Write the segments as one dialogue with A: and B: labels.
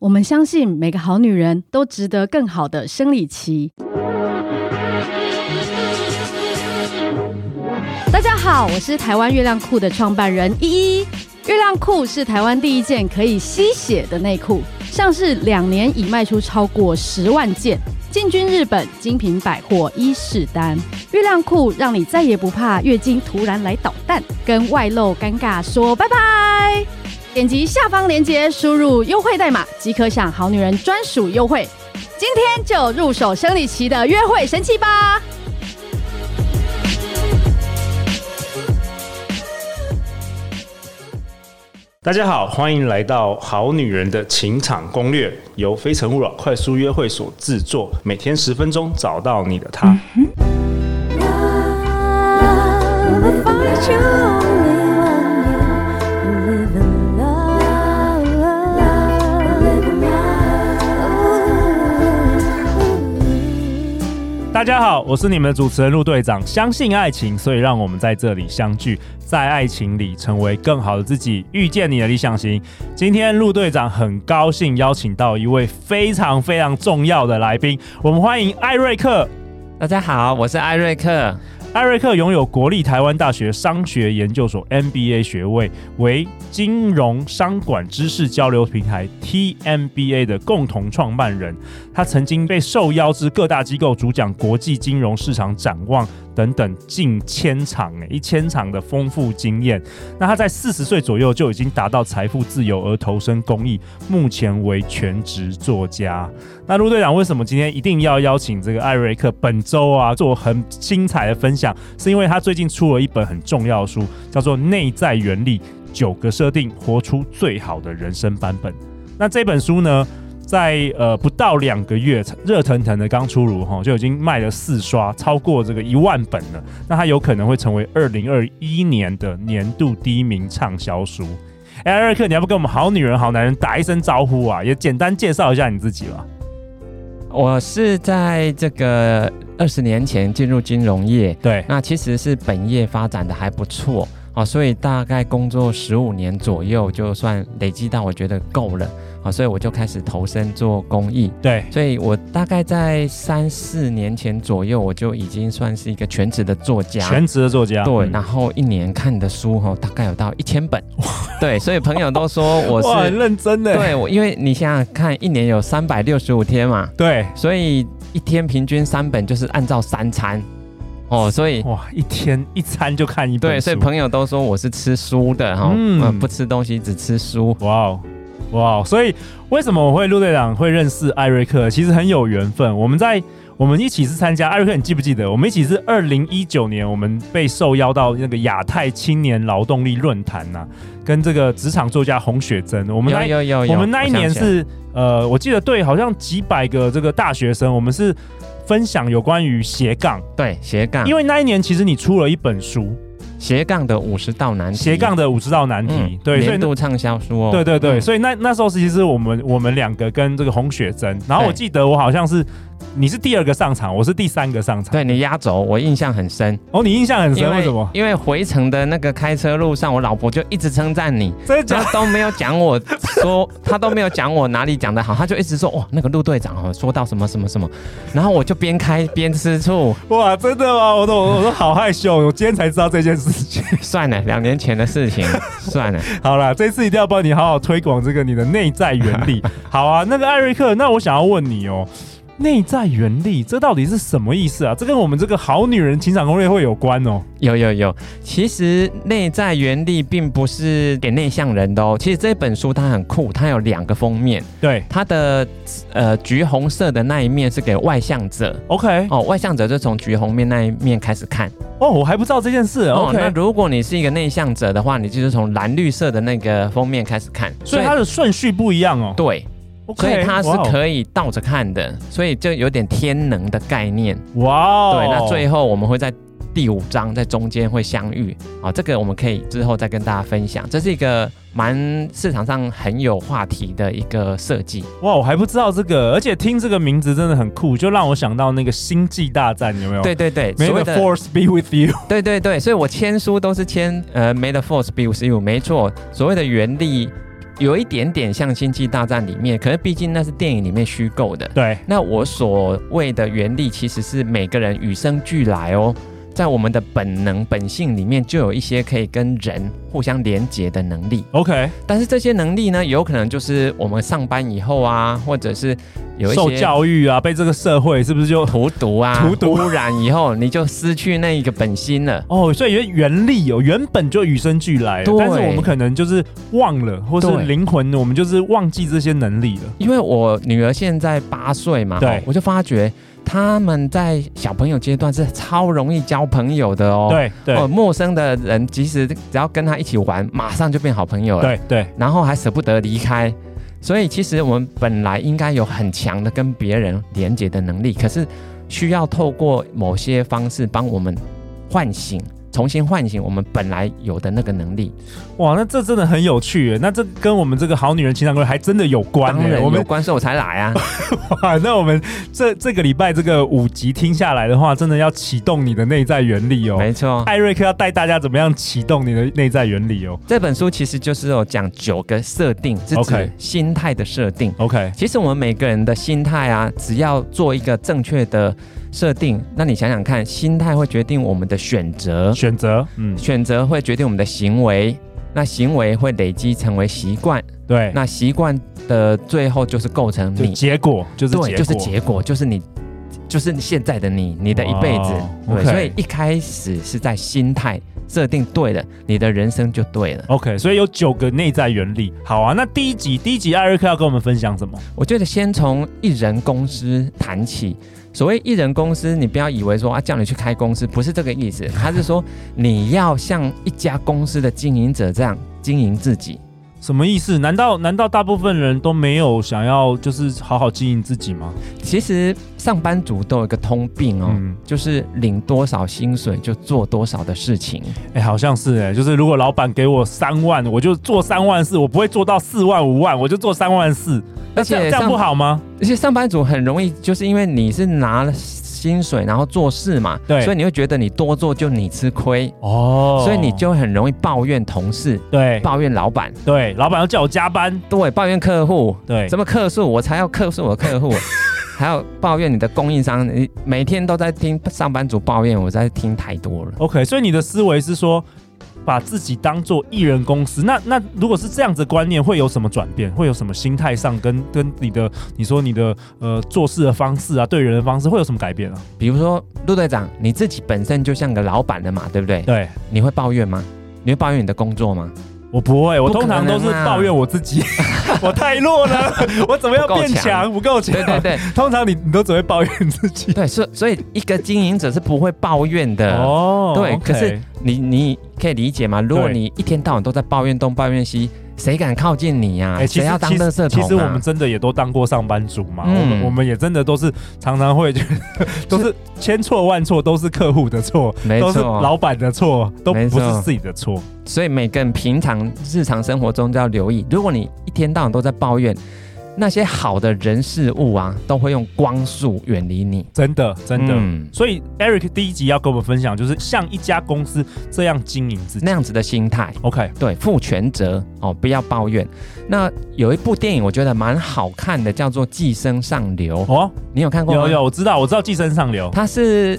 A: 我们相信每个好女人都值得更好的生理期。大家好，我是台湾月亮裤的创办人依依。月亮裤是台湾第一件可以吸血的内裤，上市两年已卖出超过十万件，进军日本精品百货伊势丹。月亮裤让你再也不怕月经突然来捣蛋，跟外露尴尬说拜拜。点击下方链接，输入优惠代码即可享好女人专属优惠。今天就入手生理期的约会神器吧！
B: 大家好，欢迎来到《好女人的情场攻略》，由非诚勿扰快速约会所制作，每天十分钟，找到你的他。
C: Love will find you only one you live in love, live in love.
D: 大家好，我是你们的主持人陆队长。相信爱情，所以让我们在这里相聚，在爱情里成为更好的自己，遇见你的理想型。今天陆队长很高兴邀请到一位非常非常重要的来宾，我们欢迎艾瑞克。
E: 大家好，我是艾瑞克。
D: 艾瑞克拥有国立台湾大学商学研究所 MBA 学位，为金融商管知识交流平台 TMBA 的共同创办人。他曾经被受邀至各大机构主讲国际金融市场展望等等近千场诶、一千场的丰富经验。那他在四十岁左右就已经达到财富自由而投身公益，目前为全职作家。那陆队长为什么今天一定要邀请这个艾瑞克本周啊做很精彩的分享？是因为他最近出了一本很重要的书，叫做《内在原力：九个设定，活出最好的人生版本》。那这本书呢，在呃不到两个月，热腾腾的刚出炉哈，就已经卖了四刷，超过这个一万本了。那它有可能会成为二零二一年的年度第一名畅销书。哎，艾瑞克，你要不跟我们好女人、好男人打一声招呼啊？也简单介绍一下你自己吧。
E: 我是在这个二十年前进入金融业，
D: 对，
E: 那其实是本业发展的还不错哦，所以大概工作十五年左右，就算累积到我觉得够了哦，所以我就开始投身做公益。
D: 对，
E: 所以我大概在三四年前左右，我就已经算是一个全职的作家。
D: 全职的作家。
E: 对，
D: 嗯
E: 然后一年看的书哈、哦，大概有到一千本。对，所以朋友都说我
D: 哇，
E: 是
D: 很认真的。
E: 对，我因为你想想看，一年有三百六十五天嘛，
D: 对，
E: 所以一天平均三本就是按照三餐哦，所以
D: 哇，一天一餐就看一本
E: 对，所以
D: 书
E: 朋友都说我是吃书的哈，
D: 嗯
E: 嗯、不吃东西只吃书。
D: 哇哦，哇哦！所以为什么我会陆队长会认识艾瑞克？其实很有缘分。我们在我们一起是参加艾瑞克，你记不记得？我们一起是二零一九年，我们被受邀到那个亚太青年劳动力论坛呐、跟这个职场作家洪雪珍。我
E: 我
D: 们那
E: 有有有有，
D: 我们那一
E: 想
D: 年
E: 起来
D: 是呃，我记得对，好像几百个这个大学生，我们是分享有关于斜杠，
E: 对斜杠，
D: 因
E: 因为
D: 为那一年其实你出了一本书
E: 斜杠的五十道难
D: 《
E: 题，嗯
D: 斜杠的五十道难题》，对，所以
E: 年度畅销书哦，
D: 对对对，
E: 嗯
D: 所以那那时候其实我们我们两个跟这个洪雪珍，然后我
E: 对
D: 记得我好像是你是第二个上场，我是第三个上场。
E: 对你压轴，我印象很深，
D: 哦，你印象很深，为什么？
E: 因为回程的那个开车路上，我老婆就一直称赞你，
D: 真的假
E: 他
D: 的？
E: 都没有讲我说，他都没有讲我哪里讲的好，他就一直说哇，那个陆队长哦，说到什么什么什么，然后我就边开边吃醋，
D: 哇，真的吗？我都我都好害羞，我今天才知道这件事 情。
E: 算了，两年前的事情，算了，
D: 好啦，这次一定要帮你好好推广这个你的内在原 力。好啊，那个艾瑞克，那我想要问你哦。内在原力，这到底是什么意思啊？这跟我们这个好女人情场攻略会有关哦。
E: 有有有，其实内在原力并不是给内向人的哦，其实这本书它很酷，它有两个封面，
D: 对
E: 它的呃橘红色的那一面是给外向者。
D: ，OK，
E: 哦，外向者就从橘红面那一面开始看
D: 哦，我还不知道这件事。
E: 哦。
D: OK，
E: 那如果你是一个内向者的话，你就是从蓝绿色的那个封面开始看，
D: 所以它的顺序不一样哦。
E: 对，
D: OK，
E: 所以它是
D: 哇哦
E: 可以倒着看的，所以就有点天能的概念。
D: 哇哦，
E: 对，那最后我们会在第五章在中间会相遇啊，这个我们可以之后再跟大家分享。这是一个蛮市场上很有话题的一个设计。
D: 哇，我还不知道这个，而且听这个名字真的很酷，就让我想到那个《星际大战》，有没有？
E: 对，对对，
D: May
E: 所谓
D: the
E: 的
D: 哦 Force be with you。
E: 对对对，所以我签书都是签呃 May the Force be with you，没错，所谓的原力。有一点点像《星际大战》里面，可是毕竟那是电影里面虚构的。
D: 对，
E: 那我所谓的原力，其实是每个人与生俱来哦，在我们的本能本性里面就有一些可以跟人互相连接的能力。
D: OK，
E: 但是这些能力呢，有可能就是我们上班以后啊，或者是有一
D: 受
E: 些
D: 教育啊，被这个社会是不是就
E: 荼毒啊，
D: 荼毒
E: 污染以后，你就失去那一个本心了。
D: 哦，所以原原力哦，原本就与生俱来的，
E: 对
D: 但是我们可能就是忘了，或是
E: 对
D: 灵魂，我们就是忘记这些能力了。
E: 因为我女儿现在八岁嘛，
D: 对
E: 哦我就发觉他们在小朋友阶段是超容易交朋友的哦。。
D: 对对
E: 哦，陌生的人即使只要跟他一起玩，马上就变好朋友了。，
D: 对对，
E: 然后还舍不得离开。所以其实我们本来应该有很强的跟别人连接的能力，可是需要透过某些方式帮我们唤醒，重新唤醒我们本来有的那个能力。
D: 哇，那这真的很有趣耶。那这跟我们这个好女人情感 观还真的有关
E: 当
D: 耶。
E: 然
D: 我
E: 有
D: 们
E: 关，所以我才来啊。
D: 哇， 那我们这这个礼拜这个五集听下来的话，真的要启动你的内在原理哦。
E: 没错，
D: 艾瑞克要带大家怎么样启动你的内在原理哦。
E: 这本书其实就是有讲九个设定，是
D: OK
E: 指心态的设定。
D: OK，
E: 其实我们每个人的心态啊，只要做一个正确的设定，那你想想看，心态会决定我们的选择，
D: 选择，嗯，
E: 选择会决定我们的行为，那行为会累积成为习惯，
D: 对，
E: 那习惯的最后就是构成
D: 就
E: 你，
D: 结果就是
E: 对，就是
D: 果
E: 结果，就是你，就是现在的你，你的一辈子
D: 哇。
E: 对，
D: OK
E: 所以一开始是在心态设定对了，你的人生就对了。
D: OK，所以有九个内在原理。好啊，那第一集，第一集艾瑞克要跟我们分享什么？
E: 我觉得先从一人公司谈起。所谓一人公司，你不要以为说啊叫你去开公司，不是这个意思，他是说你要像一家公司的经营者这样经营自己。
D: 什么意思？难道难道大部分人都没有想要就是好好经营自己吗？
E: 其实上班族都有一个通病哦，
D: 嗯，
E: 就是领多少薪水就做多少的事情。
D: 哎、好像是哎、就是如果老板给我三万，我就做三万四，我不会做到四万五万，我就做三万四。那
E: 而
D: 这样
E: 且
D: 这样
E: 上
D: 不好吗？
E: 而且上班族很容易，就是因为你是拿了薪水然后做事嘛，
D: 对
E: 所以你会觉得你多做就你吃亏，
D: 哦
E: 所以你就很容易抱怨同事、
D: 对
E: 抱怨老板，
D: 对，老板要叫我加班，
E: 对，抱怨客户，
D: 对
E: 怎么客诉？我才要客诉 我的客户，还要抱怨你的供应商。你每天都在听上班族抱怨，我在听太多了。
D: OK，所以你的思维是说。把自己当做艺人公司，那那如果是这样子的观念，会有什么转变？会有什么心态上跟跟你的你说你的呃做事的方式啊，对人的方式会有什么改变啊？
E: 比如说陆队长，你自己本身就像个老板的嘛，对不对？
D: 对
E: 你会抱怨吗？你会抱怨你的工 作吗？
D: 我不会，我
E: 不可
D: 通常都是
E: 能啊
D: 抱怨我自己， 我太弱 了，我怎么样
E: 不够
D: 变
E: 强
D: 强？不够强。
E: 对对对
D: 通常你你都只会抱怨自己。
E: 对，所以所以一个经营者是不会抱怨的。
D: 哦
E: 对
D: OK
E: 可是你你可以理解吗？如果
D: 对
E: 你一天到晚都在抱怨东抱怨西，谁敢靠近你呀、
D: 哎，其
E: 谁
D: 实
E: 要当
D: 其实
E: 垃圾桶、啊
D: 其实我们真的也都当过上班族嘛，
E: 嗯
D: 我们我们也真的都是常常会 觉得都是千错万错，都是客户的错，
E: 没
D: 都
E: 错，
D: 是老板的错，都
E: 没
D: 不
E: 错
D: 是自己的错。
E: 所以每个人平常日常生活中都要留意，如果你一天到晚都在抱怨，那些好的人事物啊，都会用光速远离你。
D: 真的，真的。
E: 嗯
D: 所以 Eric 第一集要跟我们分享，就是像一家公司这样经营自己。
E: 那样子的心态，
D: OK，
E: 对，负全责哦，不要抱怨。那有一部电影我觉得蛮好看的，叫做《寄生上流》，
D: 哦，
E: 你有看过吗？
D: 有有，，我知道，我知道《寄生上流》，
E: 它是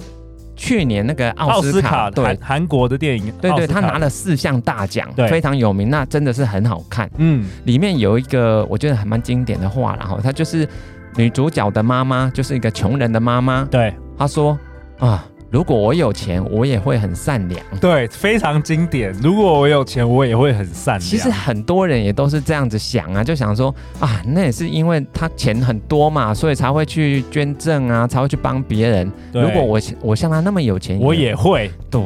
E: 去年那个奥
D: 奥
E: 斯
D: 斯
E: 卡，
D: 卡韩
E: 对
D: 韩国的电影，
E: 对
D: 奥
E: 对，
D: 斯
E: 他
D: 卡
E: 拿了四项大奖
D: 对，
E: 非常有名，那真的是很好看。
D: 嗯，
E: 里面有一个我觉得还蛮经典的话啦，然后她就是女主角的妈妈，就是一个穷人的妈妈，
D: 对
E: 她说啊，如果我有钱，我也会很善良。
D: 对，非常经典。如果我有钱，我也会很善良。
E: 其实很多人也都是这样子想啊，就想说啊，那也是因为他钱很多嘛，所以才会去捐赠啊，才会去帮别人。
D: 对
E: 如果我我像他那么有钱，
D: 我也会，
E: 对。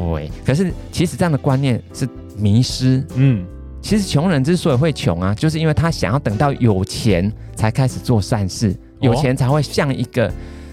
E: 可是其实这样的观念是迷失。
D: 嗯，
E: 其实穷人之所以会穷啊，就是因为他想要等到有钱才开始做善事，有钱才会像一个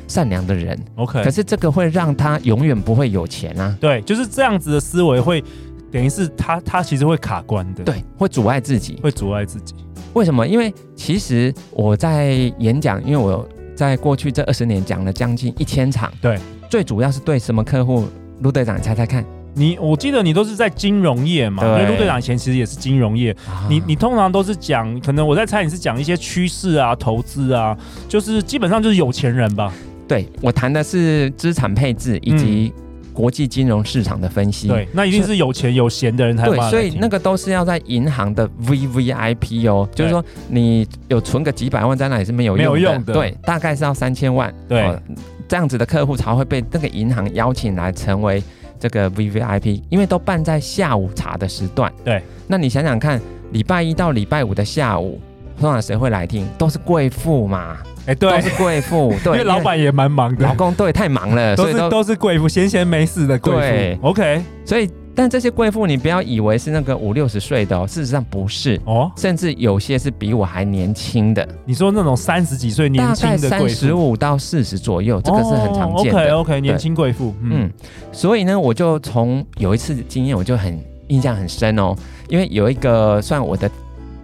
E: 善良的人。
D: OK，
E: 可是这个会让他永远不会有钱啊，
D: 对，就是这样子的思维会，等于是他他其实会卡关的，，
E: 对，会阻碍自己。
D: 会阻碍自己。
E: 为什么？因为其实我在演讲，因为我在过去这二十年讲了将近一千场，
D: 对，
E: 最主要是对什么客户？陆队长，你猜猜看，
D: 你我记得你都是在金融业嘛，因
E: 对
D: 为陆队长以前其实也是金融业。
E: 啊
D: 你你通常都是讲，可能我在猜你是讲一些趋势啊、投资啊，就是基本上就是有钱人吧。
E: 对我谈的是资产配置以及国际金融市场的分析。
D: 对，那一定是有钱有闲的人才
E: 对，
D: 骂。
E: 所以那个都是要在银行的 VVIP 哦，就是说你有存个几百万在那里是没有用的，
D: 没有用的
E: 对，大概是要三千万，哦
D: 对
E: 这样子的客户才会被那个银行邀请来成为这个 VVIP，因为都办在下午茶的时段。
D: 对，
E: 那你想想看，礼拜一到礼拜五的下午，通常谁会来听？都是贵妇嘛，
D: 哎，
E: 都
D: 对，
E: 是 贵妇，
D: 因
E: 对，
D: 为老板也蛮忙
E: 因为。老
D: 的，
E: 公对太忙了，
D: 都
E: 所以
D: 是
E: 都
D: 都是贵妇，闲闲没事的贵
E: 对
D: 妇。OK，
E: 所以，但这些贵妇你不要以为是那个五六十岁的哦，事实上不是，
D: 哦，
E: 甚至有些是比我还年轻的，
D: 你说那种三十几岁年
E: 大
D: 轻
E: 概
D: 的
E: 三
D: 贵
E: 十
D: 妇，哦
E: 五到四十左右，这个是很常
D: OK
E: 见的。
D: OK，年轻贵妇，嗯
E: 嗯，所以呢，我就从有一次经验，我就很印象很深哦，因为有一个算我的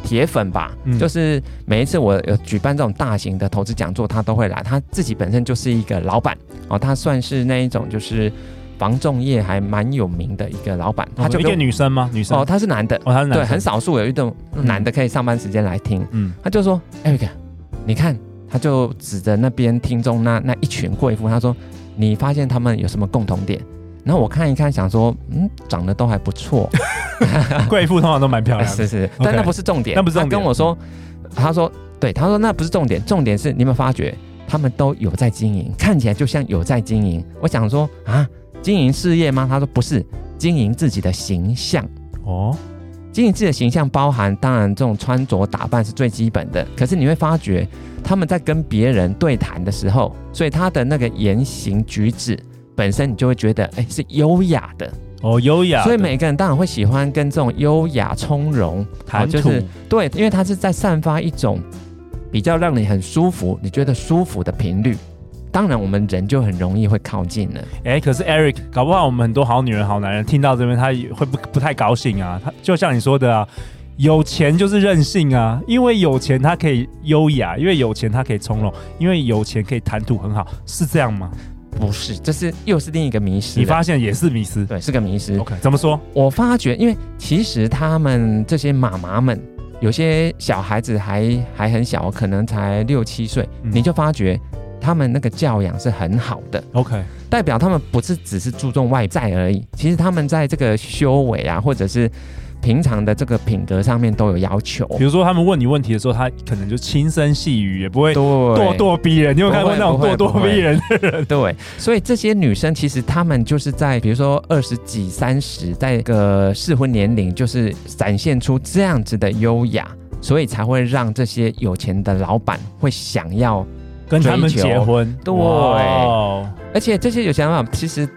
E: 铁粉吧，
D: 嗯
E: 就是每一次我有举办这种大型的投资讲座，他都会来。他自己本身就是一个老板哦，他算是那一种就是房仲业还蛮有名的一个老板，他就
D: 哦一
E: 跟
D: 个女生吗？女生
E: 哦，他是男的，
D: 哦，他是男
E: 对，
D: 生
E: 很少数有一种男的可以上班时间来听。
D: 嗯
E: 他就说：“Eric，你看。”他就指着那边听众那那一群贵妇，他说：“你发现他们有什么共同点？”然后我看一看，想说：“嗯，长得都还不错。
D: 贵妇通常都蛮漂
E: 哎”
D: 亮的
E: 是。是，但那不是重点。
D: 那不是重点
E: 他跟我说，他说：“对，他说那不是重点，重点是你有没有发觉他们都有在经营，看起来就像有在经营。”我想说啊，经营事业吗？他说不是，经营自己的形象。
D: 哦，
E: 经营自己的形象，包含当然这种穿着打扮是最基本的。可是你会发觉，他们在跟别人对谈的时候，所以他的那个言行举止本身，你就会觉得哎是优雅的。
D: 哦，优雅的，
E: 所以每个人当然会喜欢跟这种优雅从容，
D: 谈吐、
E: 哦就是对，因为他是在散发一种比较让你很舒服、你觉得舒服的频率。当然，我们人就很容易会靠近了。
D: 哎、可是 Eric，搞不好我们很多好女人、好男人听到这边，他也会不不太高兴啊。他就像你说的啊，有钱就是任性啊，因为有钱他可以优雅，因为有钱他可以从容，因为有钱可以谈吐很好，是这样吗？
E: 不是，这是又是另一个迷失了。
D: 你发现也是迷思。
E: 对，是个迷失。
D: OK，怎么说？
E: 我发觉，因为其实他们这些妈妈们，有些小孩子还还很小，可能才六七岁，
D: 嗯
E: 你就发觉他们那个教养是很好的，
D: OK，
E: 代表他们不是只是注重外在而已，其实他们在这个修为啊，或者是平常的这个品格上面都有要求。
D: 比如说他们问你问题的时候，他可能就轻声细语，也不会
E: 对，
D: 咄咄逼人。你有没有看过
E: 不会
D: 那种
E: 不会
D: 咄
E: 不
D: 咄
E: 会
D: 逼人？
E: 对，所以这些女生其实她们就是在比如说二十几、三十，在一个适婚年龄，就是展现出这样子的优雅，所以才会让这些有钱的老板会想要。
D: 跟他们
E: 追求
D: 结婚？
E: 对
D: 哇哦
E: 而且这些有钱老板其实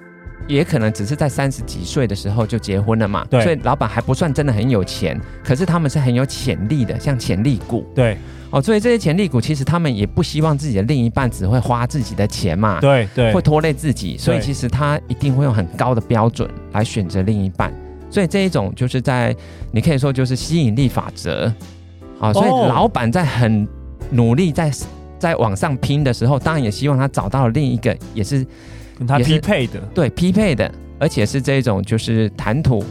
E: 也可能只是在三十几岁的时候就结婚了嘛，
D: 对
E: 所以老板还不算真的很有钱，可是他们是很有潜力的，像潜力股
D: 对
E: 哦。所以这些潜力股其实他们也不希望自己的另一半只会花自己的钱嘛，
D: 对对
E: 会，拖累自己，所以其实他一定会用很高的标准来选择另一半，所以这一种就是在你可以说就是吸引力法则，好、所以
D: 哦
E: 老板在很努力在在往上拼的时候，当然也希望他找到另一个也是
D: 跟他
E: 也是
D: 匹配的。
E: 对匹配的，而且是这一种就是谈吐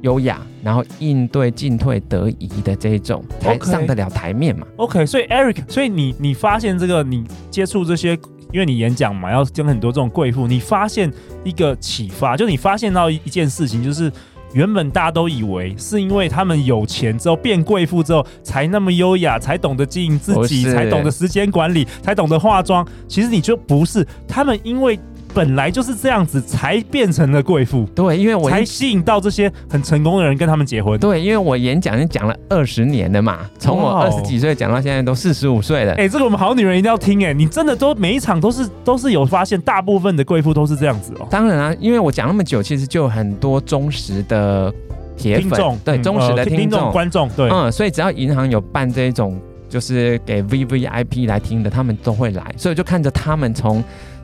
E: 优雅，然后应对进退得宜的这一种才
D: OK
E: 上得了台面嘛。
D: OK，所以 Eric，所以你你发现这个，你接触这些，因为你演讲嘛，要跟很多这种贵妇，你发现一个启发，就你发现到一一件事情，就是原本大家都以为是因为他们有钱之后变贵妇之后才那么优雅，才懂得经营自
E: 不
D: 己，
E: 哦是
D: 才懂得时间管理，才懂得化妆。其实你就不是，他们因为本来就是这样子，才变成了贵妇，
E: 对，因为我
D: 才吸引到这些很成功的人跟他们结婚。
E: 对，因为我演讲已经讲了二十年了嘛，从我
D: 哇哦
E: 二十几岁讲到现在都四十五岁了。
D: 哎、这个我们好女人一定要听哎、你真的都每一场都是都是有发现，大部分的贵妇都是这样子哦、
E: 当然啊，因为我讲那么久，其实就有很多忠实的铁
D: 听
E: 粉
D: 众，
E: 对
D: 嗯
E: 忠实的
D: 呃
E: 听众，
D: 观众，对，
E: 嗯，所以只要银行有办这一种，就是给 V V I P 来听的，他们都会来，所以我就看着他们从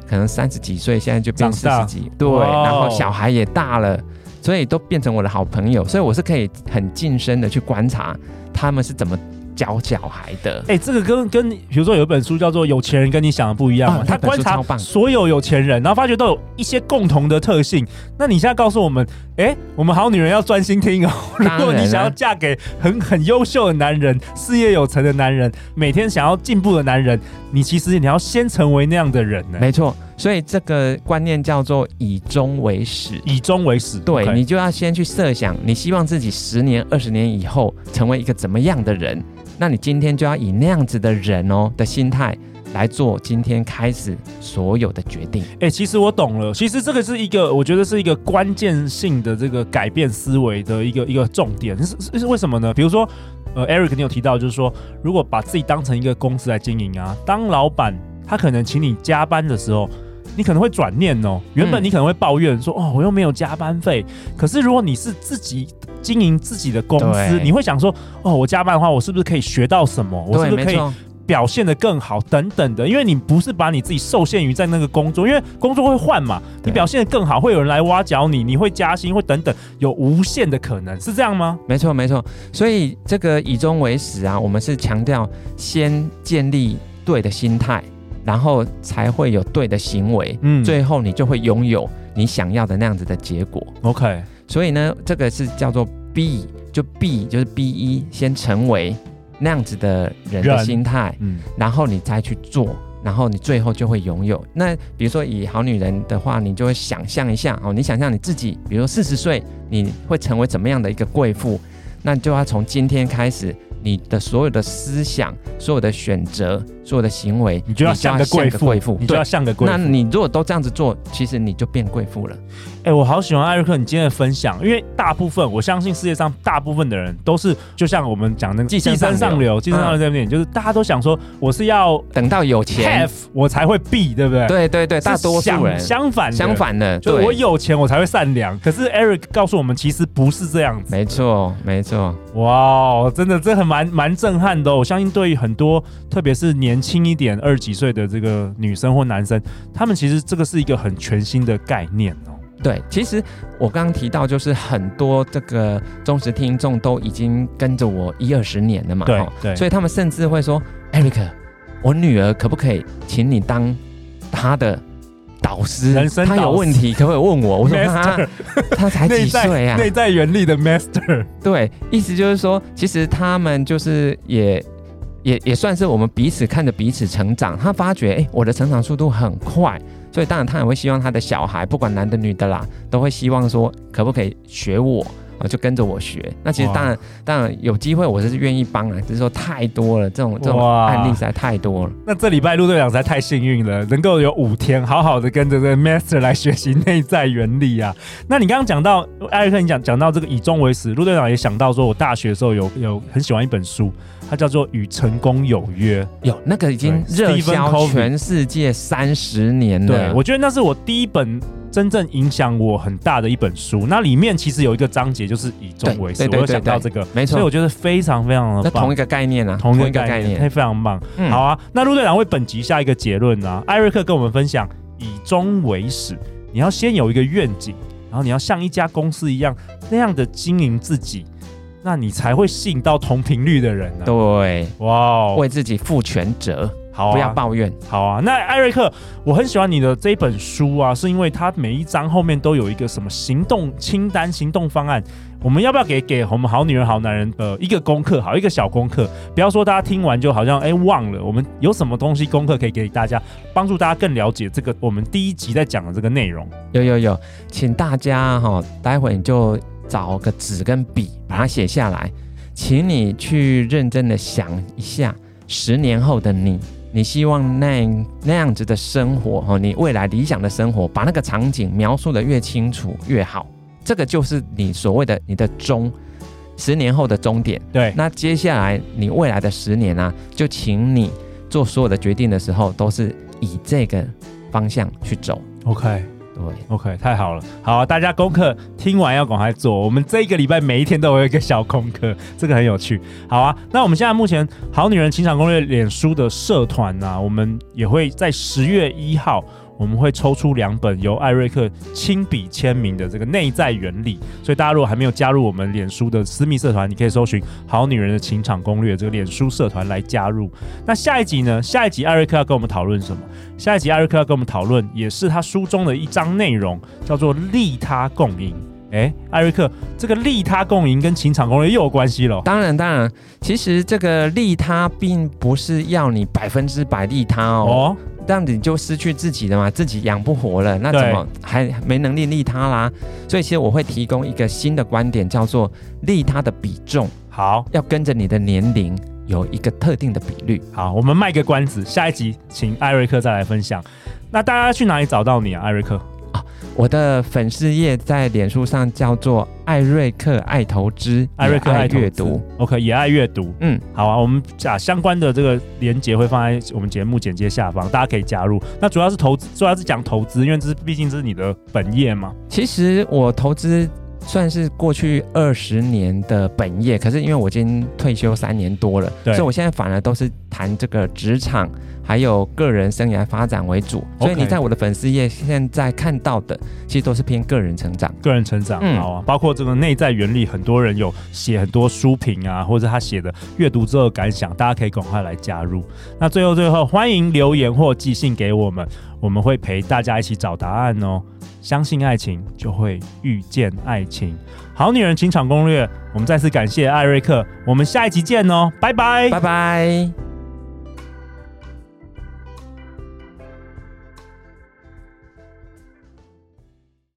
E: 可能三十几岁，现在就变
D: 长
E: 四
D: 大
E: 十几，对，
D: 哇哦
E: 然后小孩也大了，所以都变成我的好朋友，所以我是可以很近身的去观察他们是怎么教小孩的。
D: 哎、这个跟跟比如说有一本书叫做《有钱人跟你想的不一样》嘛，
E: 啊
D: 他
E: 那本
D: 观
E: 书
D: 察
E: 超棒
D: 所有有钱人，然后发觉都有一些共同的特性。那你现在告诉我们，哎、我们好女人要专心听哦。如
E: 当
D: 果
E: 然啊
D: 你
E: 啦
D: 想要嫁给很很优秀的男人、事业有成的男人、每天想要进步的男人，你其实你要先成为那样的人呢、
E: 没错，所以这个观念叫做以终为始。
D: 以终为始。
E: 对
D: OK
E: 你就要先去设想，你希望自己十年、二十年以后成为一个怎么样的人？那你今天就要以那样子的人哦的心态来做今天开始所有的决定。
D: 哎、其实我懂了。其实这个是一个，我觉得是一个关键性的这个改变思维的一个一个重点。是是是为什么呢？比如说，呃，Eric，你有提到，就是说，如果把自己当成一个公司来经营啊，当老板，他可能请你加班的时候。你可能会转念哦，原本
E: 嗯
D: 你可能会抱怨说、哦，我又没有加班费。可是如果你是自己经营自己的公司，
E: 对
D: 你会想说哦，我加班的话，我是不是可以学到什么？我是不
E: 对，
D: 是
E: 没
D: 可以
E: 错，
D: 表现得更好等等的，因为你不是把你自己受限于在那个工作，因为工作会换嘛，
E: 对
D: 你表现得更好，会有人来挖角你，你会加薪，会等等，有无限的可能，是这样吗？
E: 没错，没错。所以这个以终为始啊，我们是强调先建立对的心态，然后才会有对的行为，
D: 嗯
E: 最后你就会拥有你想要的那样子的结果。
D: OK，
E: 所以呢，这个是叫做 B，就 B 就是 B 一，先成为那样子的人的
D: 人
E: 心态，
D: 嗯，
E: 然后你再去做，然后你最后就会拥有。那比如说以好女人的话，你就会想象一下哦，你想象你自己，比如说四十岁，你会成为怎么样的一个贵妇？那你就要从今天开始，你的所有的思想、所有的选择、所有的行为，
D: 你就要像个贵妇，
E: 贵妇
D: 你就
E: 对
D: 要，像个贵妇。
E: 那你如果都这样子做，其实你就变贵妇了。
D: 哎、我好喜欢艾瑞克你今天的分享，因为大部分我相信世界上大部分的人都是，就像我们讲那个
E: 寄生上
D: 上
E: 流嗯
D: 流，寄生上流这部电影，就是大家都想说我是要
E: 等到有钱
D: have，，我才会 be，对不对？，
E: 对对对，大多数人
D: 相反的
E: 相反的，
D: 就是
E: 对，
D: 我有钱我才会善良。可是 Eric 告诉我们，其实不是这样子。
E: 没错没错，
D: 哇哦，真的，这很蛮蛮震撼的哦、我相信对于很多，特别是年轻一点、二十几岁的这个女生或男生，他们其实这个是一个很全新的概念哦。
E: 对。其实我刚刚提到，就是很多这个忠实听众都已经跟着我一二十年了嘛，
D: 对
E: 齁
D: 对，
E: 所以他们甚至会说，Eric，我女儿可不可以请你当她的导师？
D: 人生
E: 她
D: 导
E: 有
D: 师
E: 问题可不可以问我？我说她
D: master
E: 她才
D: 内
E: 几
D: 在
E: 岁啊？
D: 内在原力的 master，
E: 对，意思就是说，其实他们就是也也也算是我们彼此看着彼此成长。他发觉，哎，我的成长速度很快，所以当然他也会希望他的小孩，不管男的女的啦，都会希望说，可不可以学我啊，就跟着我学。那其实
D: 哇
E: 当然，当然有机会我是愿意帮啊，只是说太多了，这种这种
D: 哇
E: 案例实在太多了。
D: 那这礼拜陆队长实在太幸运了，能够有五天好好的跟着这个 master 来学习内在原理啊。那你刚刚讲到艾瑞克，你讲讲到这个以终为始，陆队长也想到说，我大学的时候有有很喜欢一本书，它叫做《与成功有约》。
E: 有那个已经
D: 对
E: 热
D: Stephen
E: 销
D: Covey
E: 全世界三十年了，
D: 对，我觉得那是我第一本真正影响我很大的一本书。那里面其实有一个章节就是以终为始，
E: 对对对
D: 我有
E: 对
D: 想到这
E: 对
D: 个，
E: 没错
D: 所以我觉得非常非常
E: 那
D: 的
E: 同
D: 棒
E: 一。个概念啊，
D: 同一个概念，那，非常棒。
E: 嗯
D: 好啊，那陆队长为本集下一个结论啊，艾瑞克跟我们分享，以终为始，你要先有一个愿景，然后你要像一家公司一样那样的经营自己，那你才会吸引到同频率的人呢、啊。
E: 嗯对，
D: 哇哦，
E: 为自己负全责，
D: 好、啊，
E: 不要抱怨。
D: 好啊，那艾瑞克，我很喜欢你的这一本书啊，是因为它每一章后面都有一个什么行动清单、行动方案。我们要不要给给我们好女人、好男人呃一个功课，好一个小功课？不要说大家听完就好像哎忘了，我们有什么东西功课可以给大家，帮助大家更了解这个我们第一集在讲的这个内容。
E: 有有有，请大家哈、待会你就找个纸跟笔把它写下来，请你去认真的想一下，十年后的你，你希望那那样子的生活哈、哦，你未来理想的生活，把那个场景描述的越清楚越好，这个就是你所谓的你的终，十年后的终点。
D: 对，
E: 那接下来你未来的十年啊，就请你做所有的决定的时候，都是以这个方向去走。
D: OK
E: 对。
D: OK，太好了，好、啊大家功课听完要赶快做。我们这一个礼拜每一天都有一个小功课，这个很有趣。好啊，那我们现在目前《好女人情场攻略》脸书的社团呢、我们也会在十月一号。我啊们会抽出两本由艾瑞克亲笔签名的这个内在原理。所以大家如果还没有加入我们脸书的私密社团，你可以搜寻“好女人的情场攻略”这个脸书社团来加入。那下一集呢？下一集艾瑞克要跟我们讨论什么？下一集艾瑞克要跟我们讨论，也是他书中的一章内容，叫做“利他共赢”。诶，艾瑞克，这个利他共赢跟情场攻略又有关系了。
E: 当然，当然，其实这个利他并不是要你百分之百利他哦，
D: 哦，
E: 这样子你就失去自己了嘛，自己养不活了，那
D: 对
E: 怎么还没能力利他啦？所以其实我会提供一个新的观点，叫做利他的比重
D: 好
E: 要跟着你的年龄有一个特定的比率。
D: 好，我们卖个关子，下一集请艾瑞克再来分享。那大家去哪里找到你啊，艾瑞克？
E: 我的粉丝页在脸书上叫做艾瑞克爱投资，
D: 艾瑞克
E: 也爱
D: 爱投资
E: 阅读。
D: OK，也爱阅读。
E: 嗯，
D: 好啊，我们把相关的这个连接会放在我们节目简介下方，大家可以加入。那主要是投资，主要是讲投资，因为这是毕竟这是你的本业嘛。
E: 其实我投资算是过去二十年的本业，可是因为我已经退休三年多了，
D: 对
E: 所以我现在反而都是谈这个职场还有个人生涯发展为主。
D: OK
E: 所以你在我的粉丝页现在看到的，其实都是偏个人成长。
D: 个人成长，
E: 嗯
D: 好啊，包括这个内在原理，很多人有写很多书评啊，或者他写的阅读之后的感想，大家可以赶快来加入。那最后最后，欢迎留言或寄信给我们，我们会陪大家一起找答案哦。相信爱情，就会遇见爱情。好女人情场攻略，我们再次感谢艾瑞克，我们下一集见哦，拜拜
E: 拜拜。